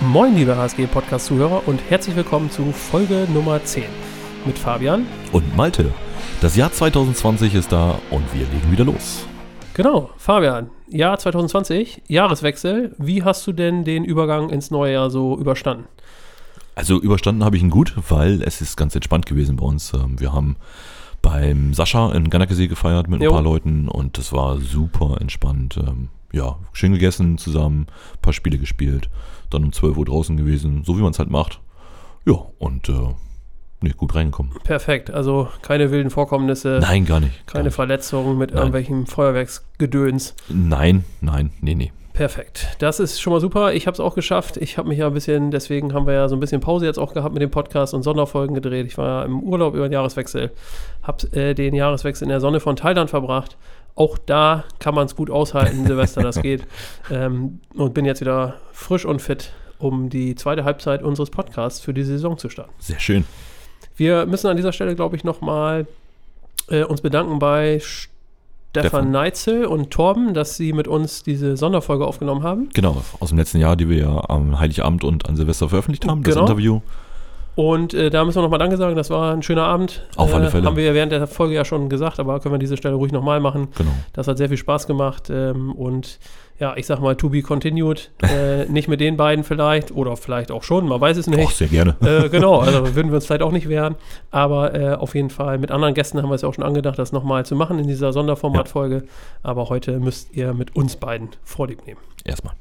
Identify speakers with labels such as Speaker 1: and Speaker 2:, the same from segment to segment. Speaker 1: Moin, liebe HSG-Podcast-Zuhörer und herzlich willkommen zu Folge Nummer 10 mit Fabian.
Speaker 2: und Malte. Das Jahr 2020 ist da und wir legen wieder los.
Speaker 1: Genau, Fabian, Jahr 2020, Jahreswechsel. Wie hast du denn den Übergang ins neue Jahr so überstanden?
Speaker 2: Also überstanden habe ich ihn gut, weil es ist ganz entspannt gewesen bei uns. Ähm, Wir haben beim Sascha in Ganakesee gefeiert mit ein
Speaker 1: Jo.
Speaker 2: paar Leuten und das war super entspannt. Ähm, Ja, schön gegessen zusammen, ein paar Spiele gespielt, dann um 12 Uhr draußen gewesen, so wie man es halt macht. Ja, und äh, nee, gut reingekommen.
Speaker 1: Perfekt, also keine wilden Vorkommnisse,
Speaker 2: Nein, gar nicht.
Speaker 1: Äh,
Speaker 2: gar
Speaker 1: keine
Speaker 2: nicht.
Speaker 1: Verletzungen mit
Speaker 2: Nein.
Speaker 1: irgendwelchem Feuerwerksgedöns.
Speaker 2: Nein, nein, nee, nee.
Speaker 1: Perfekt. Das ist schon mal super. Ich habe es auch geschafft. Ich habe mich ja ein bisschen, deswegen haben wir ja so ein bisschen Pause jetzt auch gehabt mit dem Podcast und Sonderfolgen gedreht. Ich war im Urlaub über den Jahreswechsel, habe äh, den Jahreswechsel in der Sonne von Thailand verbracht. Auch da kann man es gut aushalten, Silvester, das geht. Ähm, und bin jetzt wieder frisch und fit, um die zweite Halbzeit unseres Podcasts für die Saison zu starten.
Speaker 2: Sehr schön.
Speaker 1: Wir müssen an dieser Stelle, glaube ich, nochmal äh, uns bedanken bei Stefan
Speaker 2: Stefan.
Speaker 1: Neitzel und Torben, dass sie mit uns diese Sonderfolge aufgenommen haben.
Speaker 2: Genau, aus dem letzten Jahr, die wir ja am Heiligabend und an Silvester veröffentlicht haben, das
Speaker 1: Genau.
Speaker 2: Interview.
Speaker 1: Und äh, da müssen wir nochmal Danke sagen, das war ein schöner Abend.
Speaker 2: Auf
Speaker 1: äh,
Speaker 2: alle Fälle.
Speaker 1: Haben wir ja während der Folge ja schon gesagt, aber können wir an dieser Stelle ruhig nochmal machen.
Speaker 2: Genau.
Speaker 1: Das hat sehr viel Spaß gemacht ähm, und ja, ich sag mal, to be continued. Äh, nicht mit den beiden vielleicht oder vielleicht auch schon, man weiß es
Speaker 2: Auch
Speaker 1: nicht.
Speaker 2: sehr gerne.
Speaker 1: Äh, genau, also würden wir uns vielleicht auch nicht wehren. Aber äh, auf jeden Fall mit anderen Gästen haben wir es ja auch schon angedacht, das nochmal zu machen in dieser Sonderformatfolge. Aber heute müsst ihr mit uns beiden Vorlieb nehmen.
Speaker 2: Erstmal.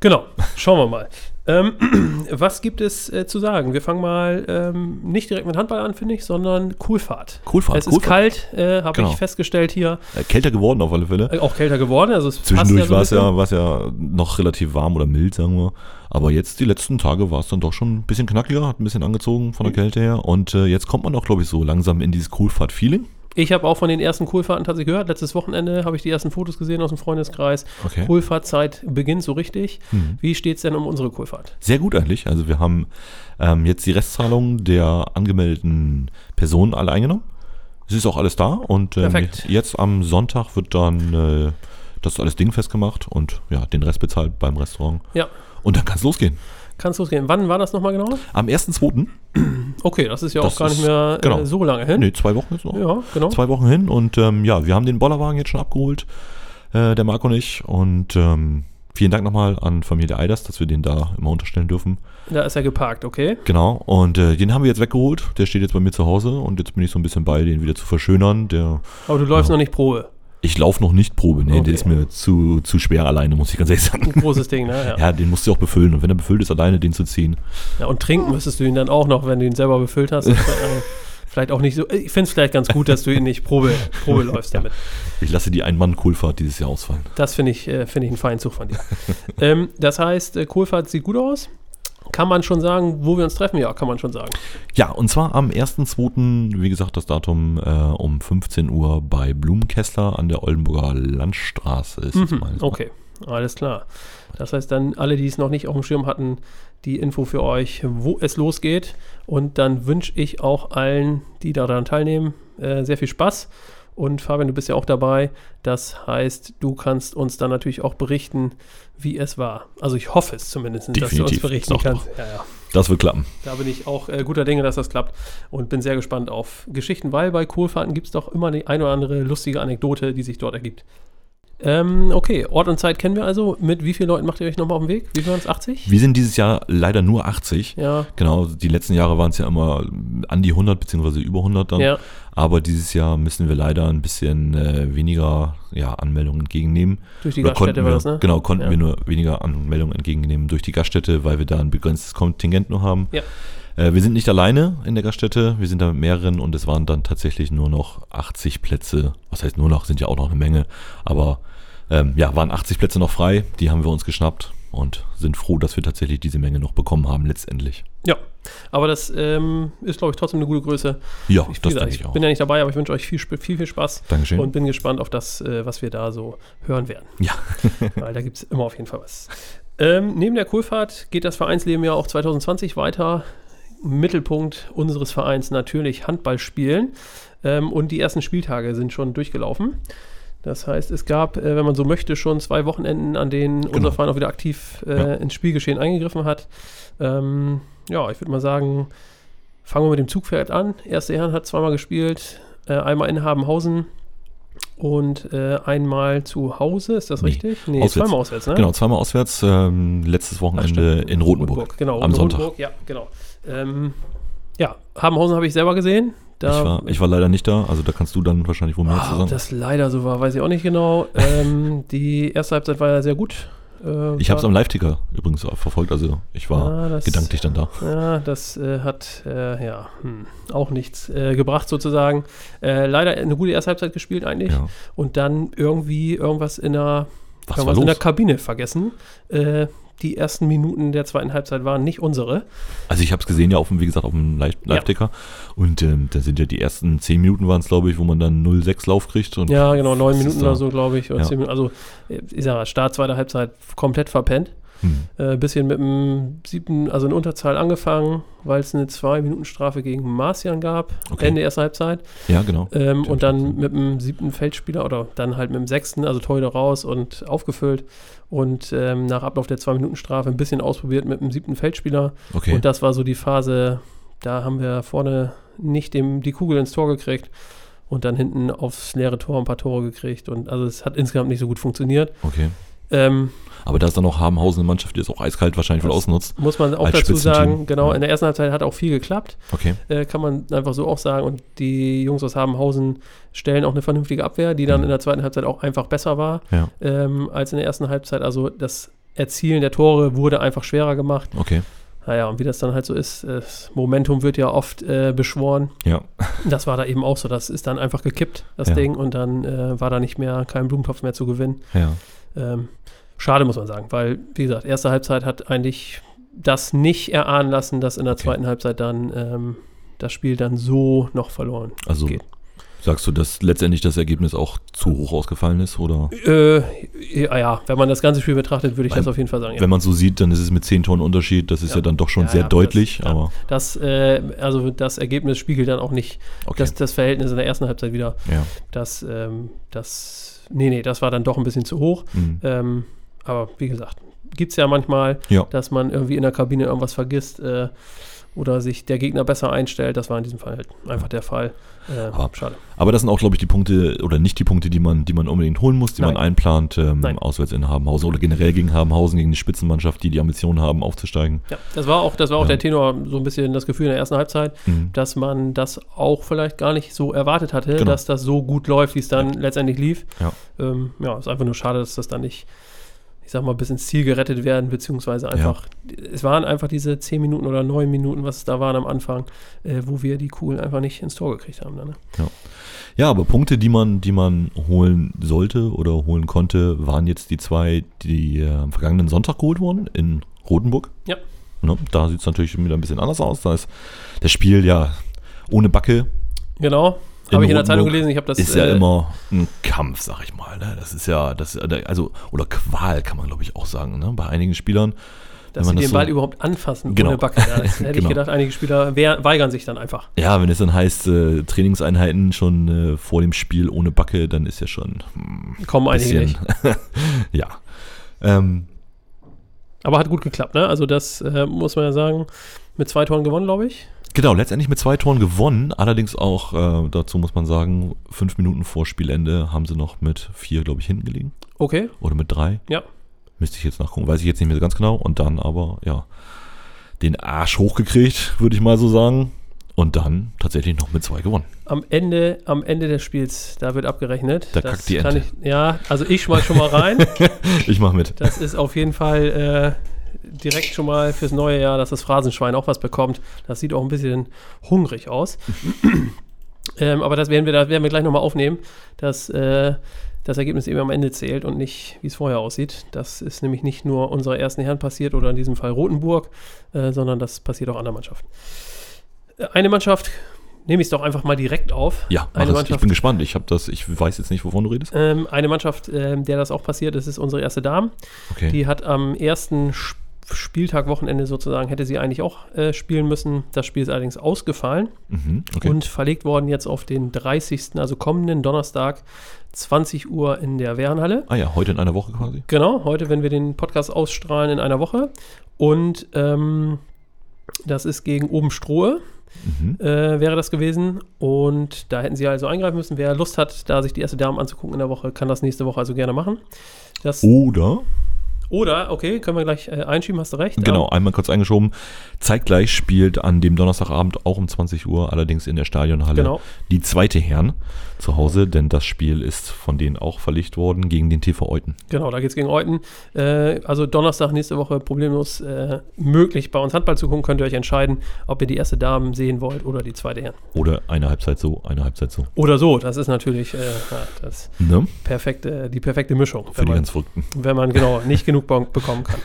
Speaker 1: Genau, schauen wir mal. Ähm, was gibt es äh, zu sagen? Wir fangen mal ähm, nicht direkt mit Handball an, finde ich, sondern Kohlfahrt.
Speaker 2: Kohlfahrt,
Speaker 1: Es ist
Speaker 2: Kohlfahrt.
Speaker 1: kalt, äh, habe
Speaker 2: Genau.
Speaker 1: ich festgestellt hier.
Speaker 2: Äh, kälter geworden auf alle Fälle.
Speaker 1: Äh, auch kälter geworden. Also es passt
Speaker 2: Zwischendurch war es
Speaker 1: so ein bisschen.
Speaker 2: ja, war's ja noch relativ warm oder mild, sagen wir. Aber jetzt, die letzten Tage, war es dann doch schon ein bisschen knackiger, hat ein bisschen angezogen
Speaker 1: Mhm.
Speaker 2: von der Kälte her. Und äh, jetzt kommt man auch, glaube ich, so langsam in dieses Kohlfahrt-Feeling.
Speaker 1: Ich habe auch von den ersten Kohlfahrten tatsächlich gehört. Letztes Wochenende habe ich die ersten Fotos gesehen aus dem Freundeskreis.
Speaker 2: Okay.
Speaker 1: Kohlfahrtzeit beginnt so richtig. Wie steht es denn um unsere Kohlfahrt?
Speaker 2: Hm. Sehr gut eigentlich. Also wir haben ähm, jetzt die Restzahlungen der angemeldeten Personen alle eingenommen. Es ist auch alles da und ähm,
Speaker 1: Perfekt.
Speaker 2: jetzt am Sonntag wird dann äh, das alles Ding festgemacht und ja, den Rest bezahlt beim Restaurant.
Speaker 1: Ja,
Speaker 2: Und dann kann es losgehen.
Speaker 1: kannst losgehen. Wann war das nochmal genau?
Speaker 2: Am 1.2.,
Speaker 1: Okay, das ist ja
Speaker 2: Das
Speaker 1: auch gar nicht
Speaker 2: ist-
Speaker 1: mehr äh,
Speaker 2: genau.
Speaker 1: so lange hin.
Speaker 2: nee, zwei Wochen jetzt noch.
Speaker 1: Ja, genau.
Speaker 2: Zwei Wochen hin und ähm, ja, wir haben den Bollerwagen jetzt schon abgeholt, äh, der Marco und ich. Und ähm, vielen Dank nochmal an Familie Eiders, dass wir den da immer unterstellen dürfen.
Speaker 1: Da ist er geparkt, okay.
Speaker 2: Genau, und äh, den haben wir jetzt weggeholt. Der steht jetzt bei mir zu Hause und jetzt bin ich so ein bisschen bei, den wieder zu verschönern. Der,
Speaker 1: Aber du
Speaker 2: Genau.
Speaker 1: läufst noch nicht Probe.
Speaker 2: ich laufe noch nicht Probe, nee,
Speaker 1: Okay.
Speaker 2: der ist mir zu, zu schwer alleine, muss ich ganz ehrlich sagen.
Speaker 1: Ein großes Ding, ne? Ja.
Speaker 2: Ja, den musst du auch befüllen und wenn er befüllt ist, alleine den zu ziehen.
Speaker 1: Ja, und trinken müsstest du ihn dann auch noch, wenn du ihn selber befüllt hast. Das wär, äh, vielleicht auch nicht so. Ich finde es vielleicht ganz gut, dass du ihn nicht Probe, Probe läufst damit.
Speaker 2: Ich lasse die Ein-Mann-Kohlfahrt dieses Jahr ausfallen.
Speaker 1: Das finde ich, äh, finde ich einen feinen Zug von dir. ähm, das heißt, äh, Kohlfahrt sieht gut aus. Kann man schon sagen, wo wir uns treffen? Ja, kann man schon sagen.
Speaker 2: Ja, und zwar am 1.2., wie gesagt, das Datum äh, um 15 Uhr bei Blumenkessler an der Oldenburger Landstraße ist es
Speaker 1: Mhm,
Speaker 2: meines
Speaker 1: okay, alles klar. Das heißt dann, alle, die es noch nicht auf dem Schirm hatten, die Info für euch, wo es losgeht. Und dann wünsche ich auch allen, die daran teilnehmen, äh, sehr viel Spaß. Und Fabian, du bist ja auch dabei. Das heißt, du kannst uns dann natürlich auch berichten, wie es war. Also ich hoffe es zumindest, dass du uns
Speaker 2: Definitiv,
Speaker 1: berichten
Speaker 2: doch,
Speaker 1: kannst. Ja, ja.
Speaker 2: Das wird klappen.
Speaker 1: Da bin ich auch äh, guter Dinge, dass das klappt und bin sehr gespannt auf Geschichten, weil bei Kohlfahrten gibt es doch immer die ein oder andere lustige Anekdote, die sich dort ergibt. Ähm, okay, Ort und Zeit kennen wir also. Mit wie vielen Leuten macht ihr euch nochmal auf den Weg? Wie viel waren es? 80?
Speaker 2: Wir sind dieses Jahr leider nur 80.
Speaker 1: Ja,
Speaker 2: Genau, die letzten Jahre waren es ja immer an die 100 beziehungsweise über 100 dann.
Speaker 1: ja,
Speaker 2: Aber dieses Jahr müssen wir leider ein bisschen äh, weniger ja, Anmeldungen entgegennehmen.
Speaker 1: durch die
Speaker 2: Oder
Speaker 1: Gaststätte
Speaker 2: konnten
Speaker 1: war
Speaker 2: wir,
Speaker 1: das, ne?
Speaker 2: Genau, konnten
Speaker 1: Ja.
Speaker 2: wir nur weniger Anmeldungen entgegennehmen durch die Gaststätte, weil wir da ein begrenztes Kontingent nur haben.
Speaker 1: Ja.
Speaker 2: Äh, wir sind nicht alleine in der Gaststätte, wir sind da mit mehreren und es waren dann tatsächlich nur noch 80 Plätze. Was heißt nur noch, sind ja auch noch eine Menge. Aber ähm, ja, waren 80 Plätze noch frei, die haben wir uns geschnappt und sind froh, dass wir tatsächlich diese Menge noch bekommen haben letztendlich.
Speaker 1: Ja, aber das ähm, ist, glaube ich, trotzdem eine gute Größe.
Speaker 2: Ja,
Speaker 1: Ich, wie
Speaker 2: das
Speaker 1: gesagt,
Speaker 2: denke
Speaker 1: ich
Speaker 2: ich auch.
Speaker 1: bin ja nicht dabei, aber ich wünsche euch viel, Sp- viel, viel Spaß
Speaker 2: Dankeschön.
Speaker 1: und ne? bin gespannt auf das, äh, was wir da so hören werden.
Speaker 2: ja,
Speaker 1: Weil da gibt es immer auf jeden Fall was. Ähm, neben der Kohlfahrt geht das Vereinsleben ja auch 2020 weiter. Mittelpunkt unseres Vereins natürlich Handballspielen. Ähm, und die ersten Spieltage sind schon durchgelaufen. Das heißt, es gab, äh, wenn man so möchte, schon zwei Wochenenden, an denen
Speaker 2: Genau.
Speaker 1: unser Verein auch wieder aktiv äh,
Speaker 2: Ja.
Speaker 1: ins Spielgeschehen eingegriffen hat. Ähm, ja, ich würde mal sagen, fangen wir mit dem Zugpferd an. Erste Herren hat zweimal gespielt, äh, einmal in Habenhausen und äh, einmal zu Hause, ist das
Speaker 2: Nee,
Speaker 1: richtig? Nee,
Speaker 2: auswärts.
Speaker 1: zweimal auswärts, ne?
Speaker 2: Genau, zweimal auswärts, ähm, letztes Wochenende
Speaker 1: stimmt.
Speaker 2: in Rotenburg.
Speaker 1: Genau,
Speaker 2: am
Speaker 1: in
Speaker 2: Sonntag.
Speaker 1: ja, genau. Ähm, ja, Habenhausen habe ich selber gesehen. Da
Speaker 2: ich, war, ich war leider nicht da, also da kannst du dann wahrscheinlich wohl mehr
Speaker 1: Ah,
Speaker 2: zu
Speaker 1: ob
Speaker 2: sagen.
Speaker 1: das leider so war, weiß ich auch nicht genau. Ähm, die erste Halbzeit war ja sehr gut. Äh,
Speaker 2: Ich habe es
Speaker 1: war-
Speaker 2: am Live-Ticker übrigens auch verfolgt, also ich war
Speaker 1: Ah, das-
Speaker 2: gedanklich dann da.
Speaker 1: Ja, das äh, hat äh, ja hm, auch nichts äh, gebracht sozusagen. Äh, leider eine gute erste Halbzeit gespielt eigentlich
Speaker 2: Ja.
Speaker 1: und dann irgendwie irgendwas in der,
Speaker 2: Was
Speaker 1: irgendwas
Speaker 2: war
Speaker 1: also in der
Speaker 2: los?
Speaker 1: Kabine vergessen. Äh, die ersten Minuten der zweiten Halbzeit waren nicht unsere.
Speaker 2: Also ich habe es gesehen ja auf dem, wie gesagt, auf dem Live- Live-Ticker und ähm, da sind ja die ersten 10 Minuten waren es, glaube ich, wo man dann 0,6 Lauf kriegt und
Speaker 1: Ja, genau, neun
Speaker 2: was ist
Speaker 1: Minuten
Speaker 2: da?
Speaker 1: oder so, glaube ich. Oder
Speaker 2: Ja.
Speaker 1: zehn Minuten. Also, äh, ich sag mal, Start zweiter Halbzeit komplett verpennt.
Speaker 2: Hm.
Speaker 1: Äh, bisschen mit dem siebten, also in Unterzahl angefangen, weil es eine Zwei-Minuten-Strafe gegen Marcian gab,
Speaker 2: Okay.
Speaker 1: Ende erster Halbzeit.
Speaker 2: ja genau.
Speaker 1: Ähm, und dann
Speaker 2: Stimmt.
Speaker 1: mit dem siebten Feldspieler oder dann halt mit dem sechsten, also Teude raus und aufgefüllt. Und ähm, nach Ablauf der Zwei-Minuten-Strafe ein bisschen ausprobiert mit dem siebten Feldspieler.
Speaker 2: Okay.
Speaker 1: Und das war so die Phase, da haben wir vorne nicht dem, die Kugel ins Tor gekriegt. Und dann hinten aufs leere Tor ein paar Tore gekriegt. Und also es hat insgesamt nicht so gut funktioniert.
Speaker 2: okay.
Speaker 1: Ähm,
Speaker 2: Aber da ist dann noch Habenhausen eine Mannschaft, die es auch eiskalt wahrscheinlich wohl
Speaker 1: Das-
Speaker 2: ausnutzt.
Speaker 1: muss man auch
Speaker 2: Als
Speaker 1: dazu sagen,
Speaker 2: Spitzenteam.
Speaker 1: genau,
Speaker 2: Ja.
Speaker 1: in der ersten Halbzeit hat auch viel geklappt,
Speaker 2: Okay.
Speaker 1: äh, kann man einfach so auch sagen. Und die Jungs aus Habenhausen stellen auch eine vernünftige Abwehr, die dann
Speaker 2: Mhm.
Speaker 1: in der zweiten Halbzeit auch einfach besser war
Speaker 2: Ja.
Speaker 1: ähm, als in der ersten Halbzeit. Also das Erzielen der Tore wurde einfach schwerer gemacht.
Speaker 2: Okay.
Speaker 1: Naja, und wie das dann halt so ist, äh, das Momentum wird ja oft äh, beschworen.
Speaker 2: Ja.
Speaker 1: Das war da eben auch so. Das ist dann einfach gekippt, das
Speaker 2: Ja.
Speaker 1: Ding, und dann äh, war da nicht mehr, kein Blumentopf mehr zu gewinnen.
Speaker 2: Ja.
Speaker 1: Ähm, schade, muss man sagen, weil, wie gesagt, erste Halbzeit hat eigentlich das nicht erahnen lassen, dass in der
Speaker 2: Okay.
Speaker 1: zweiten Halbzeit dann ähm, das Spiel dann so noch verloren.
Speaker 2: Also
Speaker 1: Geht.
Speaker 2: sagst du, dass letztendlich das Ergebnis auch zu hoch ausgefallen ist oder
Speaker 1: Äh, ja, ja, wenn man das ganze Spiel betrachtet, würde ich
Speaker 2: Weil-
Speaker 1: das auf jeden Fall sagen. Ja.
Speaker 2: wenn man so sieht, dann ist es mit 10 Toren Unterschied, das ist ja,
Speaker 1: Ja.
Speaker 2: dann doch schon
Speaker 1: Ja,
Speaker 2: sehr
Speaker 1: ja,
Speaker 2: deutlich,
Speaker 1: das- ja.
Speaker 2: aber
Speaker 1: Das, äh, also das Ergebnis spiegelt dann auch nicht
Speaker 2: okay.
Speaker 1: das, das Verhältnis in der ersten Halbzeit wieder.
Speaker 2: ja.
Speaker 1: Das, ähm, das, nee, nee, das war dann doch ein bisschen zu hoch.
Speaker 2: Mhm.
Speaker 1: Ähm, aber wie gesagt, gibt es ja manchmal,
Speaker 2: Ja.
Speaker 1: dass man irgendwie in der Kabine irgendwas vergisst äh, oder sich der Gegner besser einstellt. Das war in diesem Fall halt einfach der Fall. Äh,
Speaker 2: Aber-
Speaker 1: schade.
Speaker 2: Aber das sind auch, glaube ich, die Punkte oder nicht die Punkte, die man, die man unbedingt holen muss, die man
Speaker 1: Nein.
Speaker 2: einplant, ähm,
Speaker 1: Nein.
Speaker 2: auswärts in Habenhausen oder generell gegen Habenhausen, gegen eine Spitzenmannschaft, die die Ambition haben, aufzusteigen.
Speaker 1: Ja, das war auch, das war auch
Speaker 2: Ja.
Speaker 1: der Tenor, so ein bisschen das Gefühl in der ersten Halbzeit,
Speaker 2: Mhm.
Speaker 1: dass man das auch vielleicht gar nicht so erwartet hatte,
Speaker 2: Genau.
Speaker 1: dass das so gut läuft, wie es dann letztendlich lief.
Speaker 2: Ja.
Speaker 1: Ähm, ja, ist einfach nur schade, dass das dann nicht, ich sag mal, bis ins Ziel gerettet werden, beziehungsweise einfach, es waren einfach diese zehn Minuten oder neun Minuten, was es da waren am Anfang, äh, wo wir die Kugeln einfach nicht ins Tor gekriegt haben. Dann, ne?
Speaker 2: Ja, aber Punkte, die man, die man holen sollte oder holen konnte, waren jetzt die zwei, die äh, am vergangenen Sonntag geholt wurden in Rotenburg.
Speaker 1: Ja.
Speaker 2: Ne, da sieht es natürlich wieder ein bisschen anders aus. Da ist das Spiel ja ohne Backe
Speaker 1: Genau.
Speaker 2: In
Speaker 1: Habe ich in der Zeitung
Speaker 2: Rotenburg
Speaker 1: gelesen, ich habe das.
Speaker 2: ist ja
Speaker 1: äh,
Speaker 2: immer ein Kampf, sag ich mal. Ne? Das ist ja, das, also, oder Qual kann man, glaube ich, auch sagen, ne? bei einigen Spielern.
Speaker 1: dass
Speaker 2: wenn
Speaker 1: sie
Speaker 2: man das
Speaker 1: den
Speaker 2: so-
Speaker 1: Ball überhaupt anfassen
Speaker 2: Genau.
Speaker 1: ohne Backe. Ja, das hätte
Speaker 2: Genau.
Speaker 1: ich gedacht, einige Spieler wehr, weigern sich dann einfach.
Speaker 2: Ja, wenn es dann heißt, äh, Trainingseinheiten schon äh, vor dem Spiel ohne Backe, dann ist ja schon hm,
Speaker 1: Kommen
Speaker 2: ein
Speaker 1: einige nicht.
Speaker 2: bisschen. ja. Ähm,
Speaker 1: Aber hat gut geklappt, ne? Also das äh, muss man ja sagen. Mit zwei Toren gewonnen, glaube ich.
Speaker 2: genau, letztendlich mit zwei Toren gewonnen. Allerdings auch, äh, dazu muss man sagen, fünf Minuten vor Spielende haben sie noch mit vier, glaube ich, hinten gelegen.
Speaker 1: Okay.
Speaker 2: Oder mit drei.
Speaker 1: Ja.
Speaker 2: Müsste ich jetzt nachgucken, weiß ich jetzt nicht mehr ganz genau. Und dann aber, ja, den Arsch hochgekriegt, würde ich mal so sagen. Und dann tatsächlich noch mit zwei gewonnen.
Speaker 1: Am Ende, am Ende des Spiels, da wird abgerechnet.
Speaker 2: Da kackt die
Speaker 1: kann
Speaker 2: Ente.
Speaker 1: ich, Ja, also ich schmeiß schon mal rein.
Speaker 2: Ich mache mit.
Speaker 1: Das ist auf jeden Fall äh, direkt schon mal fürs neue Jahr, dass das Phrasenschwein auch was bekommt. Das sieht auch ein bisschen hungrig aus. ähm, aber das werden wir, das werden wir gleich nochmal aufnehmen, dass äh, das Ergebnis eben am Ende zählt und nicht, wie es vorher aussieht. Das ist nämlich nicht nur unserer ersten Herren passiert oder in diesem Fall Rotenburg, äh, sondern das passiert auch anderen Mannschaften. Äh, Eine Mannschaft, nehme ich es doch einfach mal direkt auf.
Speaker 2: Ja, mach
Speaker 1: eine
Speaker 2: das. ich
Speaker 1: Mannschaft.
Speaker 2: bin gespannt. Ich habe das, ich weiß jetzt nicht, wovon du redest.
Speaker 1: Ähm, eine Mannschaft, ähm, der das auch passiert ist, ist unsere erste Dame.
Speaker 2: Okay.
Speaker 1: Die hat am ersten Spieltag Spieltag, Wochenende sozusagen, hätte sie eigentlich auch äh, spielen müssen. Das Spiel ist allerdings ausgefallen
Speaker 2: Mhm, okay.
Speaker 1: und verlegt worden jetzt auf den 30., also kommenden Donnerstag, 20 Uhr in der Wehrenhalle.
Speaker 2: ah ja, heute in einer Woche quasi.
Speaker 1: Genau, heute, wenn wir den Podcast ausstrahlen, in einer Woche. Und ähm, das ist gegen Obenstrohe,
Speaker 2: Mhm.
Speaker 1: äh, wäre das gewesen. Und da hätten sie also eingreifen müssen. Wer Lust hat, da sich die erste Dame anzugucken in der Woche, kann das nächste Woche also gerne machen. Das,
Speaker 2: Oh. Oder,
Speaker 1: Oder, okay, können wir gleich äh, einschieben, hast du recht.
Speaker 2: genau, einmal kurz eingeschoben, zeitgleich spielt an dem Donnerstagabend auch um 20 Uhr, allerdings in der Stadionhalle,
Speaker 1: Genau.
Speaker 2: die zweite Herren zu Hause, denn das Spiel ist von denen auch verlegt worden gegen den TV Euten.
Speaker 1: Genau, da geht's gegen Euten. Äh, also Donnerstag nächste Woche problemlos äh, möglich bei uns Handball zu gucken. Könnt ihr euch entscheiden, ob ihr die erste Dame sehen wollt oder die zweite Herren.
Speaker 2: Oder eine Halbzeit so, eine Halbzeit so.
Speaker 1: Oder so, das ist natürlich äh, ja, das
Speaker 2: Ne?
Speaker 1: perfekte, die perfekte Mischung,
Speaker 2: Für
Speaker 1: wenn
Speaker 2: die
Speaker 1: man,
Speaker 2: ganz Verrückten.
Speaker 1: wenn man genau nicht genug Bon- bekommen kann.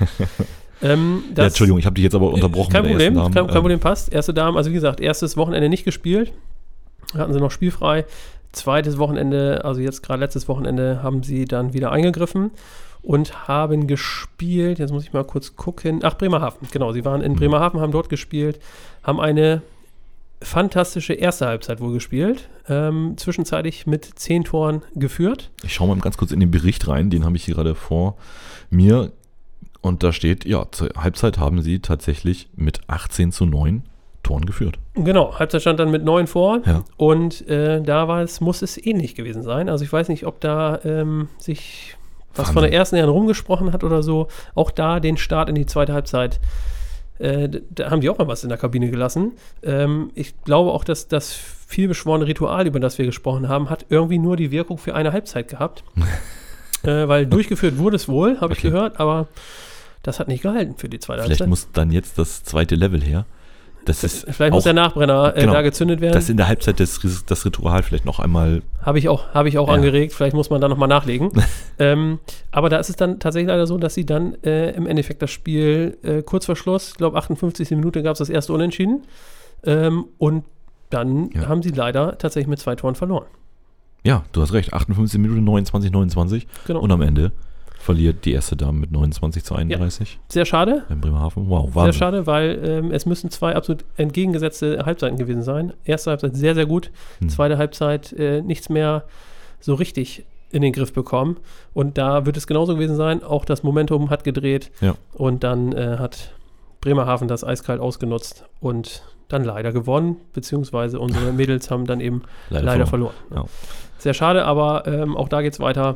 Speaker 1: ähm,
Speaker 2: Ja,
Speaker 1: das,
Speaker 2: Entschuldigung, ich habe dich jetzt aber unterbrochen.
Speaker 1: kein
Speaker 2: mit der
Speaker 1: Problem,
Speaker 2: ersten
Speaker 1: kein,
Speaker 2: ähm, Dame. äh.
Speaker 1: kein Problem, passt. Erste Dame, also wie gesagt, erstes Wochenende nicht gespielt. Da Hatten sie noch spielfrei. Zweites Wochenende, also jetzt gerade letztes Wochenende, haben sie dann wieder eingegriffen und haben gespielt. Jetzt muss ich mal kurz gucken. Ach, Bremerhaven, genau. Sie waren in
Speaker 2: Mhm.
Speaker 1: Bremerhaven, haben dort gespielt, haben eine fantastische erste Halbzeit wohl gespielt. Ähm, zwischenzeitlich mit zehn Toren geführt.
Speaker 2: Ich schaue mal ganz kurz in den Bericht rein, den habe ich hier gerade vor mir. Und da steht, ja, zur Halbzeit haben sie tatsächlich mit 18 zu 9 Toren geführt.
Speaker 1: Genau, Halbzeit stand dann mit neun vor.
Speaker 2: Ja.
Speaker 1: Und äh, da war es, muss es ähnlich gewesen sein. Also ich weiß nicht, ob da ähm, sich was
Speaker 2: Wahnsinn.
Speaker 1: von der ersten Herren rumgesprochen hat oder so. Auch da den Start in die zweite Halbzeit. Äh, d- da haben die auch mal was in der Kabine gelassen. Ähm, ich glaube auch, dass das vielbeschworene Ritual, über das wir gesprochen haben, hat irgendwie nur die Wirkung für eine Halbzeit gehabt. äh, weil durchgeführt wurde es wohl, habe ich
Speaker 2: Okay.
Speaker 1: gehört, aber das hat nicht gehalten für die zweite
Speaker 2: Vielleicht
Speaker 1: Halbzeit.
Speaker 2: muss dann jetzt das zweite Level her. Das ist
Speaker 1: Vielleicht muss
Speaker 2: auch,
Speaker 1: der Nachbrenner äh,
Speaker 2: genau.
Speaker 1: da gezündet werden.
Speaker 2: dass in der Halbzeit das, Ris- das Ritual vielleicht noch einmal
Speaker 1: Habe ich auch, habe ich auch
Speaker 2: Ja.
Speaker 1: angeregt. Vielleicht muss man da nochmal nachlegen. ähm, aber da ist es dann tatsächlich leider so, dass sie dann äh, im Endeffekt das Spiel äh, kurz vor Schluss, ich glaube 58. Minute gab es das erste Unentschieden. Ähm, und dann
Speaker 2: Ja.
Speaker 1: haben sie leider tatsächlich mit zwei Toren verloren.
Speaker 2: Ja, du hast recht. 58 Minuten, 29, 29.
Speaker 1: Genau.
Speaker 2: Und am Ende verliert die erste Dame mit 29 zu 31
Speaker 1: Sehr schade.
Speaker 2: in Bremerhaven. Wow, Wahnsinn.
Speaker 1: Sehr schade, weil ähm, es müssen zwei absolut entgegengesetzte Halbzeiten gewesen sein. Erste Halbzeit sehr, sehr gut.
Speaker 2: Hm.
Speaker 1: Zweite Halbzeit äh, nichts mehr so richtig in den Griff bekommen. Und da wird es genauso gewesen sein. Auch das Momentum hat gedreht.
Speaker 2: Ja.
Speaker 1: Und dann äh, hat Bremerhaven das eiskalt ausgenutzt und dann leider gewonnen. Beziehungsweise unsere Mädels haben dann eben leider, verloren.
Speaker 2: verloren.
Speaker 1: Sehr schade, aber ähm, auch da geht es weiter.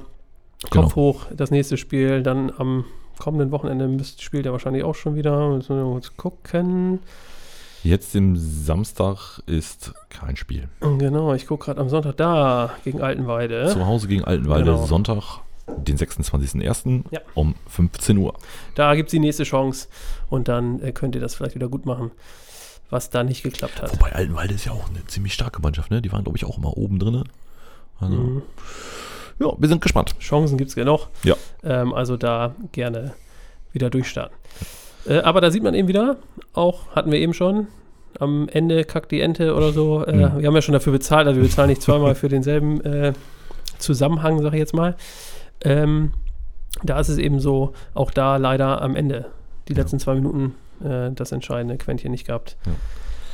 Speaker 2: Genau.
Speaker 1: Kopf hoch, das nächste Spiel. Dann am kommenden Wochenende müsst, spielt er wahrscheinlich auch schon wieder. Müssen wir mal kurz gucken.
Speaker 2: Jetzt im Samstag ist kein Spiel.
Speaker 1: Genau, ich gucke gerade am Sonntag da gegen Altenweide.
Speaker 2: Zu Hause gegen Altenwalde,
Speaker 1: Äh? Genau.
Speaker 2: Sonntag, den 26.01.
Speaker 1: Ja.
Speaker 2: um 15 Uhr.
Speaker 1: Da gibt es die nächste Chance und dann äh, könnt ihr das vielleicht wieder gut machen, was da nicht geklappt hat.
Speaker 2: Wobei Altenwalde ist ja auch eine ziemlich starke Mannschaft, ne? Die waren, glaube ich, auch immer oben drin. Also,
Speaker 1: Mhm.
Speaker 2: ja, wir sind gespannt.
Speaker 1: Chancen gibt es genug.
Speaker 2: Ja.
Speaker 1: Ähm, also da gerne wieder durchstarten. Äh, aber da sieht man eben wieder, auch hatten wir eben schon, am Ende kackt die Ente oder so. Äh,
Speaker 2: Mhm.
Speaker 1: Wir haben ja schon dafür bezahlt, also wir bezahlen nicht zweimal für denselben äh, Zusammenhang, sage ich jetzt mal. Ähm, da ist es eben so, auch da leider am Ende die
Speaker 2: Ja.
Speaker 1: letzten zwei Minuten äh, das entscheidende Quäntchen nicht gehabt.
Speaker 2: Ja.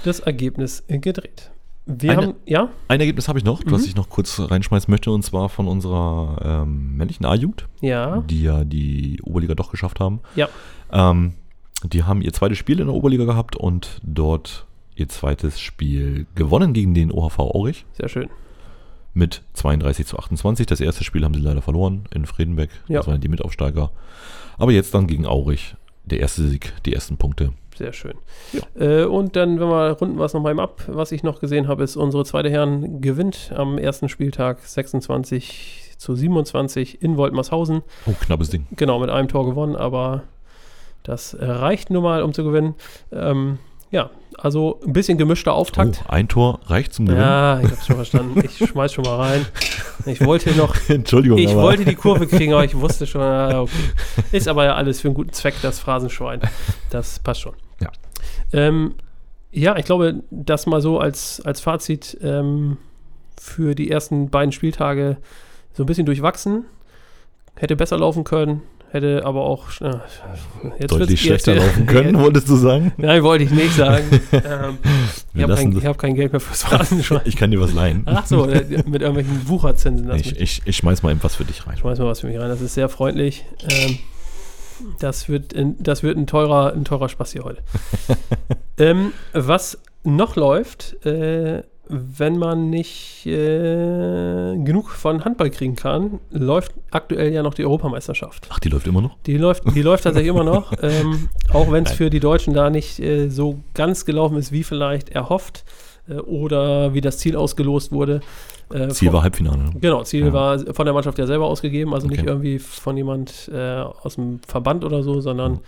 Speaker 1: Das Ergebnis äh, gedreht. Wir
Speaker 2: Eine-
Speaker 1: haben, ja,
Speaker 2: Ein Ergebnis habe ich noch,
Speaker 1: Mhm.
Speaker 2: was ich noch kurz reinschmeißen möchte, und zwar von unserer ähm, männlichen A-Jugend.
Speaker 1: ja,
Speaker 2: die ja die Oberliga doch geschafft haben.
Speaker 1: Ja.
Speaker 2: Ähm, die haben ihr zweites Spiel in der Oberliga gehabt und dort ihr zweites Spiel gewonnen gegen den OHV Aurich
Speaker 1: sehr schön.
Speaker 2: mit 32 zu 28. Das erste Spiel haben sie leider verloren in Friedenbeck.
Speaker 1: Ja.
Speaker 2: Das waren die Mitaufsteiger. Aber jetzt dann gegen Aurich. Der erste Sieg, die ersten Punkte.
Speaker 1: Sehr schön. Äh, und dann, wenn wir runden was noch mal eben ab, was ich noch gesehen habe, ist, unsere zweite Herren gewinnt am ersten Spieltag 26 zu 27 in Woltmarshausen.
Speaker 2: Oh, knappes Ding.
Speaker 1: Genau, mit einem Tor gewonnen, aber das äh, reicht nun mal, um zu gewinnen. Ähm, ja, also ein bisschen gemischter
Speaker 2: Oh,
Speaker 1: Auftakt.
Speaker 2: ein Tor reicht zum Gewinn.
Speaker 1: ja, ich hab's schon verstanden. Ich schmeiß schon mal rein. Ich wollte noch,
Speaker 2: Entschuldigung,
Speaker 1: ich
Speaker 2: aber
Speaker 1: wollte die Kurve kriegen, aber ich wusste schon, ah, okay. ist aber ja alles für einen guten Zweck, das Phrasenschwein. Das passt schon.
Speaker 2: Ja.
Speaker 1: Ähm, ja, ich glaube, das mal so als, als Fazit ähm, für die ersten beiden Spieltage so ein bisschen durchwachsen. Hätte besser laufen können, Hätte aber auch. Äh, jetzt
Speaker 2: Deutlich
Speaker 1: wird's- jetzt-
Speaker 2: schlechter laufen können, wolltest du sagen?
Speaker 1: Nein, wollte ich nicht sagen. ähm, ich
Speaker 2: Wir
Speaker 1: habe
Speaker 2: lassen
Speaker 1: kein, ich
Speaker 2: das,
Speaker 1: hab kein Geld mehr fürs Rasenschwein.
Speaker 2: ich kann dir was leihen.
Speaker 1: Ach so, äh, mit irgendwelchen Wucherzinsen. lass
Speaker 2: ich,
Speaker 1: mich.
Speaker 2: ich, ich schmeiß mal eben was für dich rein.
Speaker 1: Schmeiß mal was für mich rein. Das ist sehr freundlich. Ähm, das wird, in, das wird ein, teurer, ein teurer Spaß hier heute. ähm, was noch läuft, äh, wenn man nicht äh, genug von Handball kriegen kann, läuft aktuell ja noch die Europameisterschaft.
Speaker 2: Ach, die läuft immer noch?
Speaker 1: Die läuft, die läuft tatsächlich immer noch, ähm, auch wenn es
Speaker 2: Nein.
Speaker 1: für die Deutschen da nicht äh, so ganz gelaufen ist, wie vielleicht erhofft äh, oder wie das Ziel ausgelost wurde. Äh,
Speaker 2: Ziel
Speaker 1: vor-
Speaker 2: war Halbfinale. ne?
Speaker 1: Genau, Ziel
Speaker 2: Ja.
Speaker 1: war von der Mannschaft ja selber ausgegeben, also nicht
Speaker 2: Okay.
Speaker 1: irgendwie von jemand äh, aus dem Verband oder so,
Speaker 2: Hm.
Speaker 1: sondern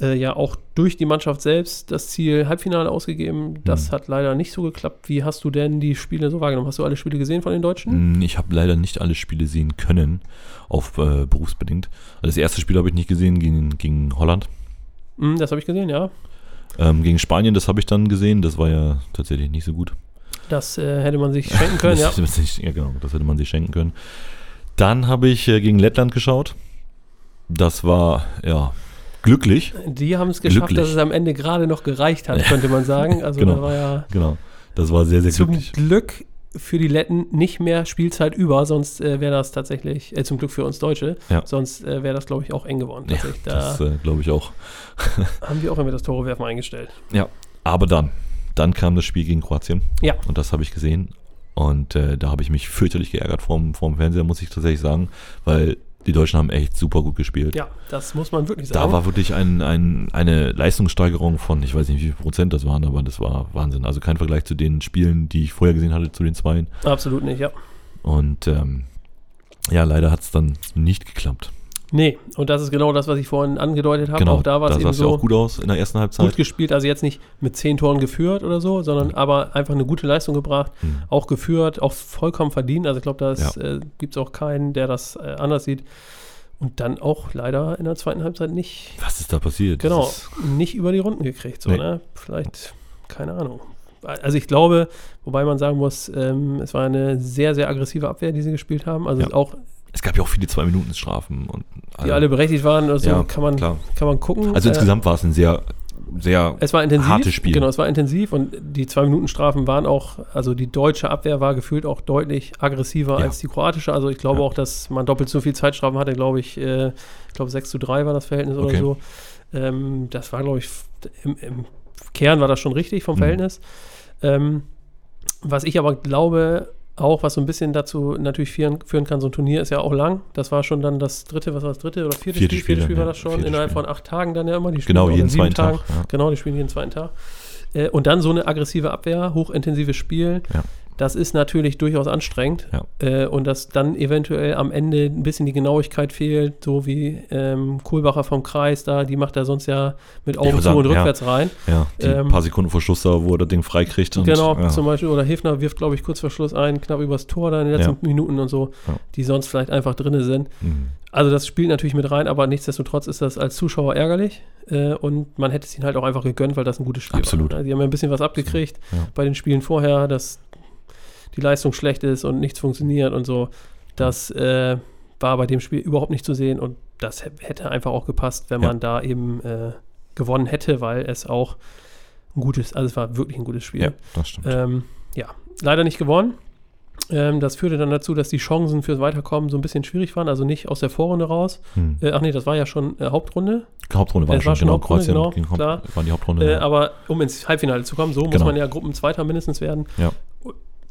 Speaker 1: äh, ja auch durch die Mannschaft selbst das Ziel Halbfinale ausgegeben. Das
Speaker 2: Hm.
Speaker 1: hat leider nicht so geklappt. Wie hast du denn die Spiele so wahrgenommen? Hast du alle Spiele gesehen von den Deutschen?
Speaker 2: Mm, Ich habe leider nicht alle Spiele sehen können, auf äh, berufsbedingt. Also das erste Spiel habe ich nicht gesehen gegen, gegen Holland.
Speaker 1: Hm, das habe ich gesehen, ja.
Speaker 2: Ähm, gegen Spanien, das habe ich dann gesehen. Das war ja tatsächlich nicht so gut.
Speaker 1: Das äh, hätte man sich schenken können, ja.
Speaker 2: das, das nicht, ja, genau, das hätte man sich schenken können. Dann habe ich äh, gegen Lettland geschaut. Das war, ja, glücklich.
Speaker 1: Die haben es geschafft,
Speaker 2: Glücklich.
Speaker 1: dass es am Ende gerade noch gereicht hat, könnte man sagen. Also
Speaker 2: Genau.
Speaker 1: da war ja
Speaker 2: Genau. Das war sehr, sehr
Speaker 1: zum
Speaker 2: glücklich.
Speaker 1: Glück für die Letten nicht mehr Spielzeit über, sonst äh, wäre das tatsächlich, äh, zum Glück für uns Deutsche,
Speaker 2: Ja.
Speaker 1: sonst äh, wäre das, glaube ich, auch eng geworden.
Speaker 2: Ja,
Speaker 1: tatsächlich. da
Speaker 2: das äh, glaube ich auch.
Speaker 1: haben wir auch immer das Torewerfen eingestellt.
Speaker 2: Aber dann, dann kam das Spiel gegen Kroatien.
Speaker 1: Ja.
Speaker 2: Und das habe ich gesehen. Und äh, da habe ich mich fürchterlich geärgert vorm, vorm Fernseher, muss ich tatsächlich sagen, weil die Deutschen haben echt super gut gespielt.
Speaker 1: Ja, das muss man wirklich sagen.
Speaker 2: Da war wirklich ein, ein, eine Leistungssteigerung von, ich weiß nicht, wie viel Prozent das waren, aber das war Wahnsinn. Also kein Vergleich zu den Spielen, die ich vorher gesehen hatte, zu den Zweien.
Speaker 1: Absolut nicht, ja.
Speaker 2: Und ähm, ja, leider hat es dann nicht geklappt.
Speaker 1: Nee, und das ist genau das, was ich vorhin angedeutet
Speaker 2: Genau,
Speaker 1: habe. auch da war es
Speaker 2: da sah
Speaker 1: eben
Speaker 2: es ja
Speaker 1: so
Speaker 2: auch gut aus in der ersten
Speaker 1: gut
Speaker 2: Halbzeit.
Speaker 1: gespielt, also jetzt nicht mit zehn Toren geführt oder so, sondern
Speaker 2: Mhm.
Speaker 1: aber einfach eine gute Leistung gebracht,
Speaker 2: Mhm.
Speaker 1: auch geführt, auch vollkommen verdient. Also ich glaube, da ist, äh, gibt es auch keinen, der das äh, anders sieht. Und dann auch leider in der zweiten Halbzeit nicht
Speaker 2: Was ist da passiert? Das
Speaker 1: Genau,
Speaker 2: ist-
Speaker 1: nicht über die Runden gekriegt, so,
Speaker 2: Nee.
Speaker 1: ne? Vielleicht, keine Ahnung. Also ich glaube, wobei man sagen muss, ähm, es war eine sehr, sehr aggressive Abwehr, die sie gespielt haben. Also
Speaker 2: Ja.
Speaker 1: auch
Speaker 2: Es gab ja auch viele Zwei-Minuten-Strafen. und
Speaker 1: die alle berechtigt waren oder so,
Speaker 2: Ja,
Speaker 1: kann, man,
Speaker 2: klar.
Speaker 1: kann man gucken.
Speaker 2: Also
Speaker 1: Äh,
Speaker 2: insgesamt war es ein sehr, sehr
Speaker 1: es war intensiv.
Speaker 2: hartes Spiel.
Speaker 1: Genau, es war intensiv und die Zwei-Minuten-Strafen waren auch, also die deutsche Abwehr war gefühlt auch deutlich aggressiver
Speaker 2: Ja.
Speaker 1: als die kroatische. Also ich glaube
Speaker 2: Ja.
Speaker 1: auch, dass man doppelt so viel Zeitstrafen hatte, glaube ich. Äh, ich glaube 6 zu 3 war das Verhältnis oder
Speaker 2: Okay.
Speaker 1: so. Ähm, das war, glaube ich, f- im, im Kern war das schon richtig vom
Speaker 2: Mhm.
Speaker 1: Verhältnis. Ähm, was ich aber glaube, auch was so ein bisschen dazu natürlich führen, führen kann, so ein Turnier ist ja auch lang. Das war schon dann das dritte, was war das dritte oder vierte,
Speaker 2: Vierte
Speaker 1: Spiel? Viertes
Speaker 2: Spiel
Speaker 1: Spiel
Speaker 2: dann,
Speaker 1: war
Speaker 2: ja.
Speaker 1: das schon
Speaker 2: Viertes
Speaker 1: innerhalb
Speaker 2: Spiel.
Speaker 1: von acht Tagen dann ja immer. Die spielen
Speaker 2: genau
Speaker 1: auch in
Speaker 2: jeden
Speaker 1: sieben
Speaker 2: zweiten
Speaker 1: Tagen.
Speaker 2: Tag. Ja.
Speaker 1: Genau, die spielen jeden zweiten Tag. Äh, Und dann so eine aggressive Abwehr, hochintensives Spiel.
Speaker 2: Ja.
Speaker 1: Das ist natürlich durchaus anstrengend.
Speaker 2: Ja.
Speaker 1: Äh, Und dass dann eventuell am Ende ein bisschen die Genauigkeit fehlt, so wie ähm, Kohlbacher vom Kreis da, die macht da sonst ja mit Augen
Speaker 2: würd
Speaker 1: zu und
Speaker 2: sagen, ja.
Speaker 1: rückwärts rein.
Speaker 2: Ja, die
Speaker 1: Ähm,
Speaker 2: paar Sekunden vor Schluss da, wo er das Ding freikriegt. Und,
Speaker 1: genau,
Speaker 2: ja.
Speaker 1: zum Beispiel. Oder Hefner wirft, glaube ich, kurz vor Schluss ein, knapp übers Tor da in den letzten Minuten und so,
Speaker 2: Ja.
Speaker 1: die sonst vielleicht einfach drin sind.
Speaker 2: Mhm.
Speaker 1: Also das spielt natürlich mit rein, aber nichtsdestotrotz ist das als Zuschauer ärgerlich äh, und man hätte es ihnen halt auch einfach gegönnt, weil das ein gutes Spiel
Speaker 2: Absolut.
Speaker 1: war. ne? Die haben ja ein bisschen was abgekriegt
Speaker 2: Ja.
Speaker 1: bei den Spielen vorher, dass die Leistung schlecht ist und nichts funktioniert und so. Das äh, war bei dem Spiel überhaupt nicht zu sehen und das hä- hätte einfach auch gepasst, wenn
Speaker 2: Ja.
Speaker 1: man da eben äh, gewonnen hätte, weil es auch ein gutes, also es war wirklich ein gutes Spiel.
Speaker 2: ja, das stimmt.
Speaker 1: Ähm, ja, leider nicht gewonnen. Ähm, das führte dann dazu, dass die Chancen fürs Weiterkommen so ein bisschen schwierig waren, also nicht aus der Vorrunde raus.
Speaker 2: Mhm.
Speaker 1: Äh, ach nee, das war ja schon äh, Hauptrunde.
Speaker 2: Hauptrunde war
Speaker 1: es war schon
Speaker 2: schon, genau.
Speaker 1: Hauptrunde,
Speaker 2: Kroatien
Speaker 1: genau,
Speaker 2: gegen Haupt-
Speaker 1: klar.
Speaker 2: war die Hauptrunde.
Speaker 1: Äh,
Speaker 2: ja.
Speaker 1: aber um ins Halbfinale zu kommen, so muss
Speaker 2: Genau.
Speaker 1: man ja Gruppenzweiter mindestens werden.
Speaker 2: Ja.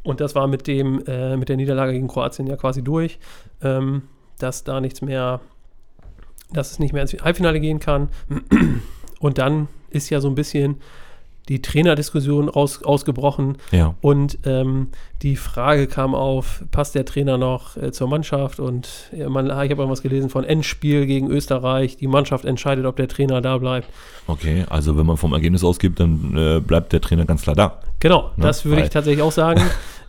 Speaker 1: Und das war mit dem, äh, mit der Niederlage gegen Kroatien ja quasi durch, ähm, dass da nichts mehr, dass es nicht mehr ins Halbfinale gehen kann. Und dann ist ja so ein bisschen die Trainerdiskussion aus, ausgebrochen.
Speaker 2: ja.
Speaker 1: Und ähm, die Frage kam auf, passt der Trainer noch äh, zur Mannschaft? Und äh, man, ah, ich habe irgendwas gelesen von Endspiel gegen Österreich. Die Mannschaft entscheidet, ob der Trainer da bleibt.
Speaker 2: Okay, also wenn man vom Ergebnis ausgibt, dann äh, bleibt der Trainer ganz klar da.
Speaker 1: Genau,
Speaker 2: Ne?
Speaker 1: das würde ich
Speaker 2: Weil-
Speaker 1: tatsächlich auch sagen.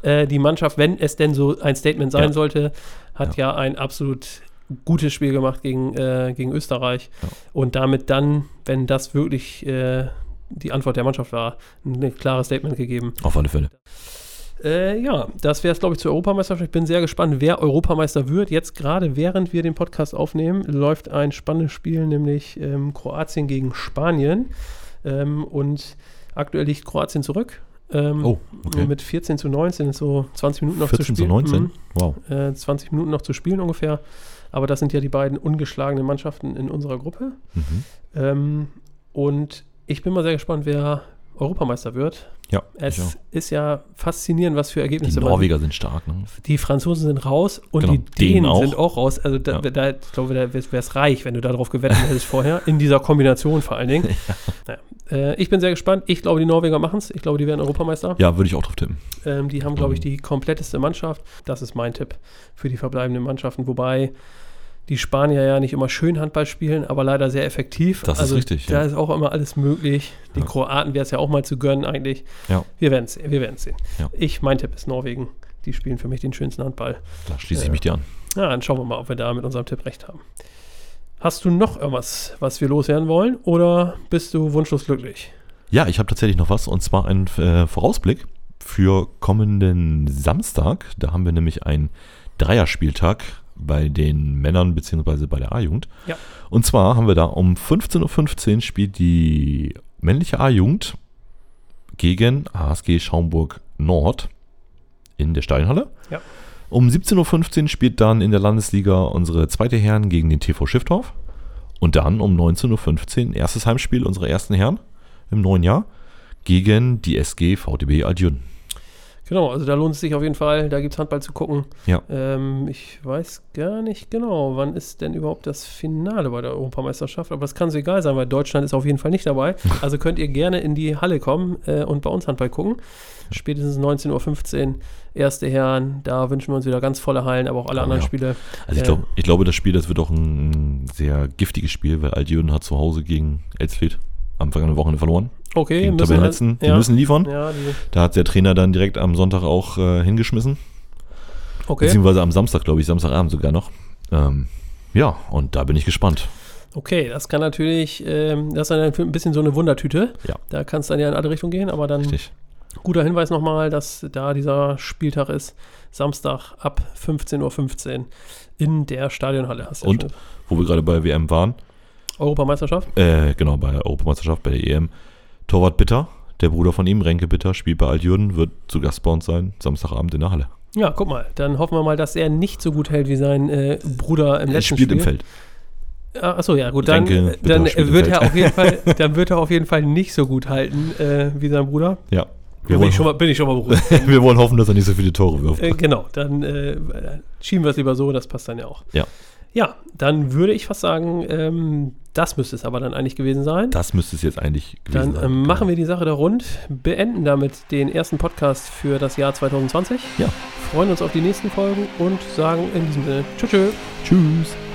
Speaker 1: äh, die Mannschaft, wenn es denn so ein Statement sein
Speaker 2: Ja.
Speaker 1: sollte, hat ja. ein absolut gutes Spiel gemacht gegen, äh, gegen Österreich.
Speaker 2: Ja.
Speaker 1: Und damit dann, wenn das wirklich äh, die Antwort der Mannschaft war, ein klares Statement gegeben.
Speaker 2: Auf alle Fälle.
Speaker 1: Äh, ja, das wäre es, glaube ich, zur Europameisterschaft. Ich bin sehr gespannt, wer Europameister wird. Jetzt gerade, während wir den Podcast aufnehmen, läuft ein spannendes Spiel, nämlich ähm, Kroatien gegen Spanien. Ähm, und aktuell liegt Kroatien zurück. Ähm,
Speaker 2: Oh, okay.
Speaker 1: Mit 14 zu 19 ist so 20 Minuten noch
Speaker 2: 14
Speaker 1: zu
Speaker 2: zu
Speaker 1: spielen.
Speaker 2: 19? Wow.
Speaker 1: Mhm. Äh, 20 Minuten noch zu spielen ungefähr. Aber das sind ja die beiden ungeschlagenen Mannschaften in unserer Gruppe.
Speaker 2: Mhm.
Speaker 1: Ähm, und ich bin mal sehr gespannt, wer Europameister wird.
Speaker 2: Ja, ich auch.
Speaker 1: Es ist ja faszinierend, was für
Speaker 2: die
Speaker 1: Ergebnisse man
Speaker 2: Norweger sind stark. Ne?
Speaker 1: die Franzosen sind raus und
Speaker 2: Genau,
Speaker 1: die
Speaker 2: Dänen
Speaker 1: Dänen
Speaker 2: auch.
Speaker 1: sind auch raus. Also da,
Speaker 2: Ja.
Speaker 1: da ich glaube, da wäre es reich, wenn du darauf gewettet hättest vorher. In dieser Kombination vor allen Dingen. Naja. Äh, ich bin sehr gespannt. Ich glaube, die Norweger machen es. Ich glaube, die werden Europameister.
Speaker 2: Ja, Mhm. würde ich auch drauf tippen.
Speaker 1: Ähm, die haben, glaube ich, die kompletteste Mannschaft. Das ist mein Tipp für die verbleibenden Mannschaften. Wobei die Spanier ja nicht immer schön Handball spielen, aber leider sehr effektiv. Also
Speaker 2: Das ist richtig,
Speaker 1: Da
Speaker 2: ja.
Speaker 1: ist auch immer alles möglich. Den
Speaker 2: Ja.
Speaker 1: Kroaten wäre es ja auch mal zu gönnen eigentlich.
Speaker 2: Ja.
Speaker 1: Wir werden es sehen. Wir werden's sehen.
Speaker 2: Ja.
Speaker 1: Ich, mein Tipp ist Norwegen. Die spielen für mich den schönsten Handball.
Speaker 2: Da schließe ich
Speaker 1: Ja.
Speaker 2: mich dir an.
Speaker 1: Na, dann schauen wir mal, ob wir da mit unserem Tipp recht haben. Hast du noch irgendwas, was wir loswerden wollen? Oder bist du wunschlos glücklich?
Speaker 2: Ja, ich habe tatsächlich noch was und zwar einen äh, Vorausblick für kommenden Samstag. Da haben wir nämlich einen Dreierspieltag bei den Männern beziehungsweise bei der A-Jugend.
Speaker 1: Ja.
Speaker 2: Und zwar haben wir da um 15.15 Uhr spielt die männliche A-Jugend gegen HSG Schaumburg Nord in der Steinhalle.
Speaker 1: Ja.
Speaker 2: Um 17.15 Uhr spielt dann in der Landesliga unsere zweite Herren gegen den TV Schiffdorf. Und dann um 19.15 Uhr erstes Heimspiel unserer ersten Herren im neuen Jahr gegen die SG VDB Adjun.
Speaker 1: Genau, also da lohnt es sich auf jeden Fall. Da gibt es Handball zu gucken.
Speaker 2: Ja.
Speaker 1: Ähm, ich weiß gar nicht genau, wann ist denn überhaupt das Finale bei der Europameisterschaft. Aber das kann so egal sein, weil Deutschland ist auf jeden Fall nicht dabei. Also könnt ihr gerne in die Halle kommen äh, und bei uns Handball gucken. Spätestens 19.15 Uhr, erste Herren. Da wünschen wir uns wieder ganz volle Hallen, aber auch alle
Speaker 2: Oh,
Speaker 1: anderen
Speaker 2: ja.
Speaker 1: Spiele.
Speaker 2: Also ich,
Speaker 1: Äh.
Speaker 2: glaub, ich glaube, das Spiel, das wird auch ein sehr giftiges Spiel, weil Adjun hat zu Hause gegen Elsfeld am vergangenen Wochenende verloren.
Speaker 1: Okay,
Speaker 2: gegen
Speaker 1: müssen wir- halt-
Speaker 2: Tabellenletzten. Die
Speaker 1: ja,
Speaker 2: müssen liefern.
Speaker 1: ja, die,
Speaker 2: Da hat der Trainer dann direkt am Sonntag auch äh, hingeschmissen.
Speaker 1: okay.
Speaker 2: Beziehungsweise am Samstag, glaube ich, Samstagabend sogar noch. Ähm, ja, und da bin ich gespannt.
Speaker 1: okay, das kann natürlich, ähm, das ist dann ein bisschen so eine Wundertüte.
Speaker 2: Ja.
Speaker 1: Da kann es dann ja in alle Richtungen gehen, aber dann
Speaker 2: Richtig.
Speaker 1: Guter Hinweis nochmal, dass da dieser Spieltag ist, Samstag ab 15.15 Uhr in der Stadionhalle. Hast du ja
Speaker 2: Und?
Speaker 1: schon-
Speaker 2: Wo wir gerade bei WM waren,
Speaker 1: Europameisterschaft?
Speaker 2: äh, genau, bei der Europameisterschaft, bei der EM. Torwart Bitter, der Bruder von ihm, Renke Bitter, spielt bei Altjürden, wird zu Gast bei uns sein, Samstagabend in der Halle.
Speaker 1: Ja, guck mal. Dann hoffen wir mal, dass er nicht so gut hält wie sein äh, Bruder im
Speaker 2: Er
Speaker 1: letzten
Speaker 2: spielt
Speaker 1: Spiel.
Speaker 2: im Feld.
Speaker 1: Ah, Achso, ja, gut. Dann,
Speaker 2: Renke, bitte,
Speaker 1: dann,
Speaker 2: spielt im
Speaker 1: wird
Speaker 2: Feld.
Speaker 1: er auf jeden Fall, dann wird er auf jeden Fall nicht so gut halten äh, wie sein Bruder.
Speaker 2: Ja.
Speaker 1: Da bin
Speaker 2: Wir
Speaker 1: ich
Speaker 2: wollen,
Speaker 1: schon mal, bin ich schon mal beruhigt.
Speaker 2: wir wollen hoffen, dass er nicht so viele Tore wirft.
Speaker 1: Äh, genau, dann äh, schieben wir es lieber so, das passt dann ja auch.
Speaker 2: Ja.
Speaker 1: Ja, dann würde ich fast sagen, ähm, das müsste es aber dann eigentlich gewesen sein.
Speaker 2: Das müsste es jetzt eigentlich
Speaker 1: Dann
Speaker 2: gewesen sein. genau.
Speaker 1: ähm, machen wir die Sache da rund, beenden damit den ersten Podcast für das Jahr 2020,
Speaker 2: Ja.
Speaker 1: freuen uns auf die nächsten Folgen und sagen in diesem Sinne Tschüss. tschö.
Speaker 2: Tschüss.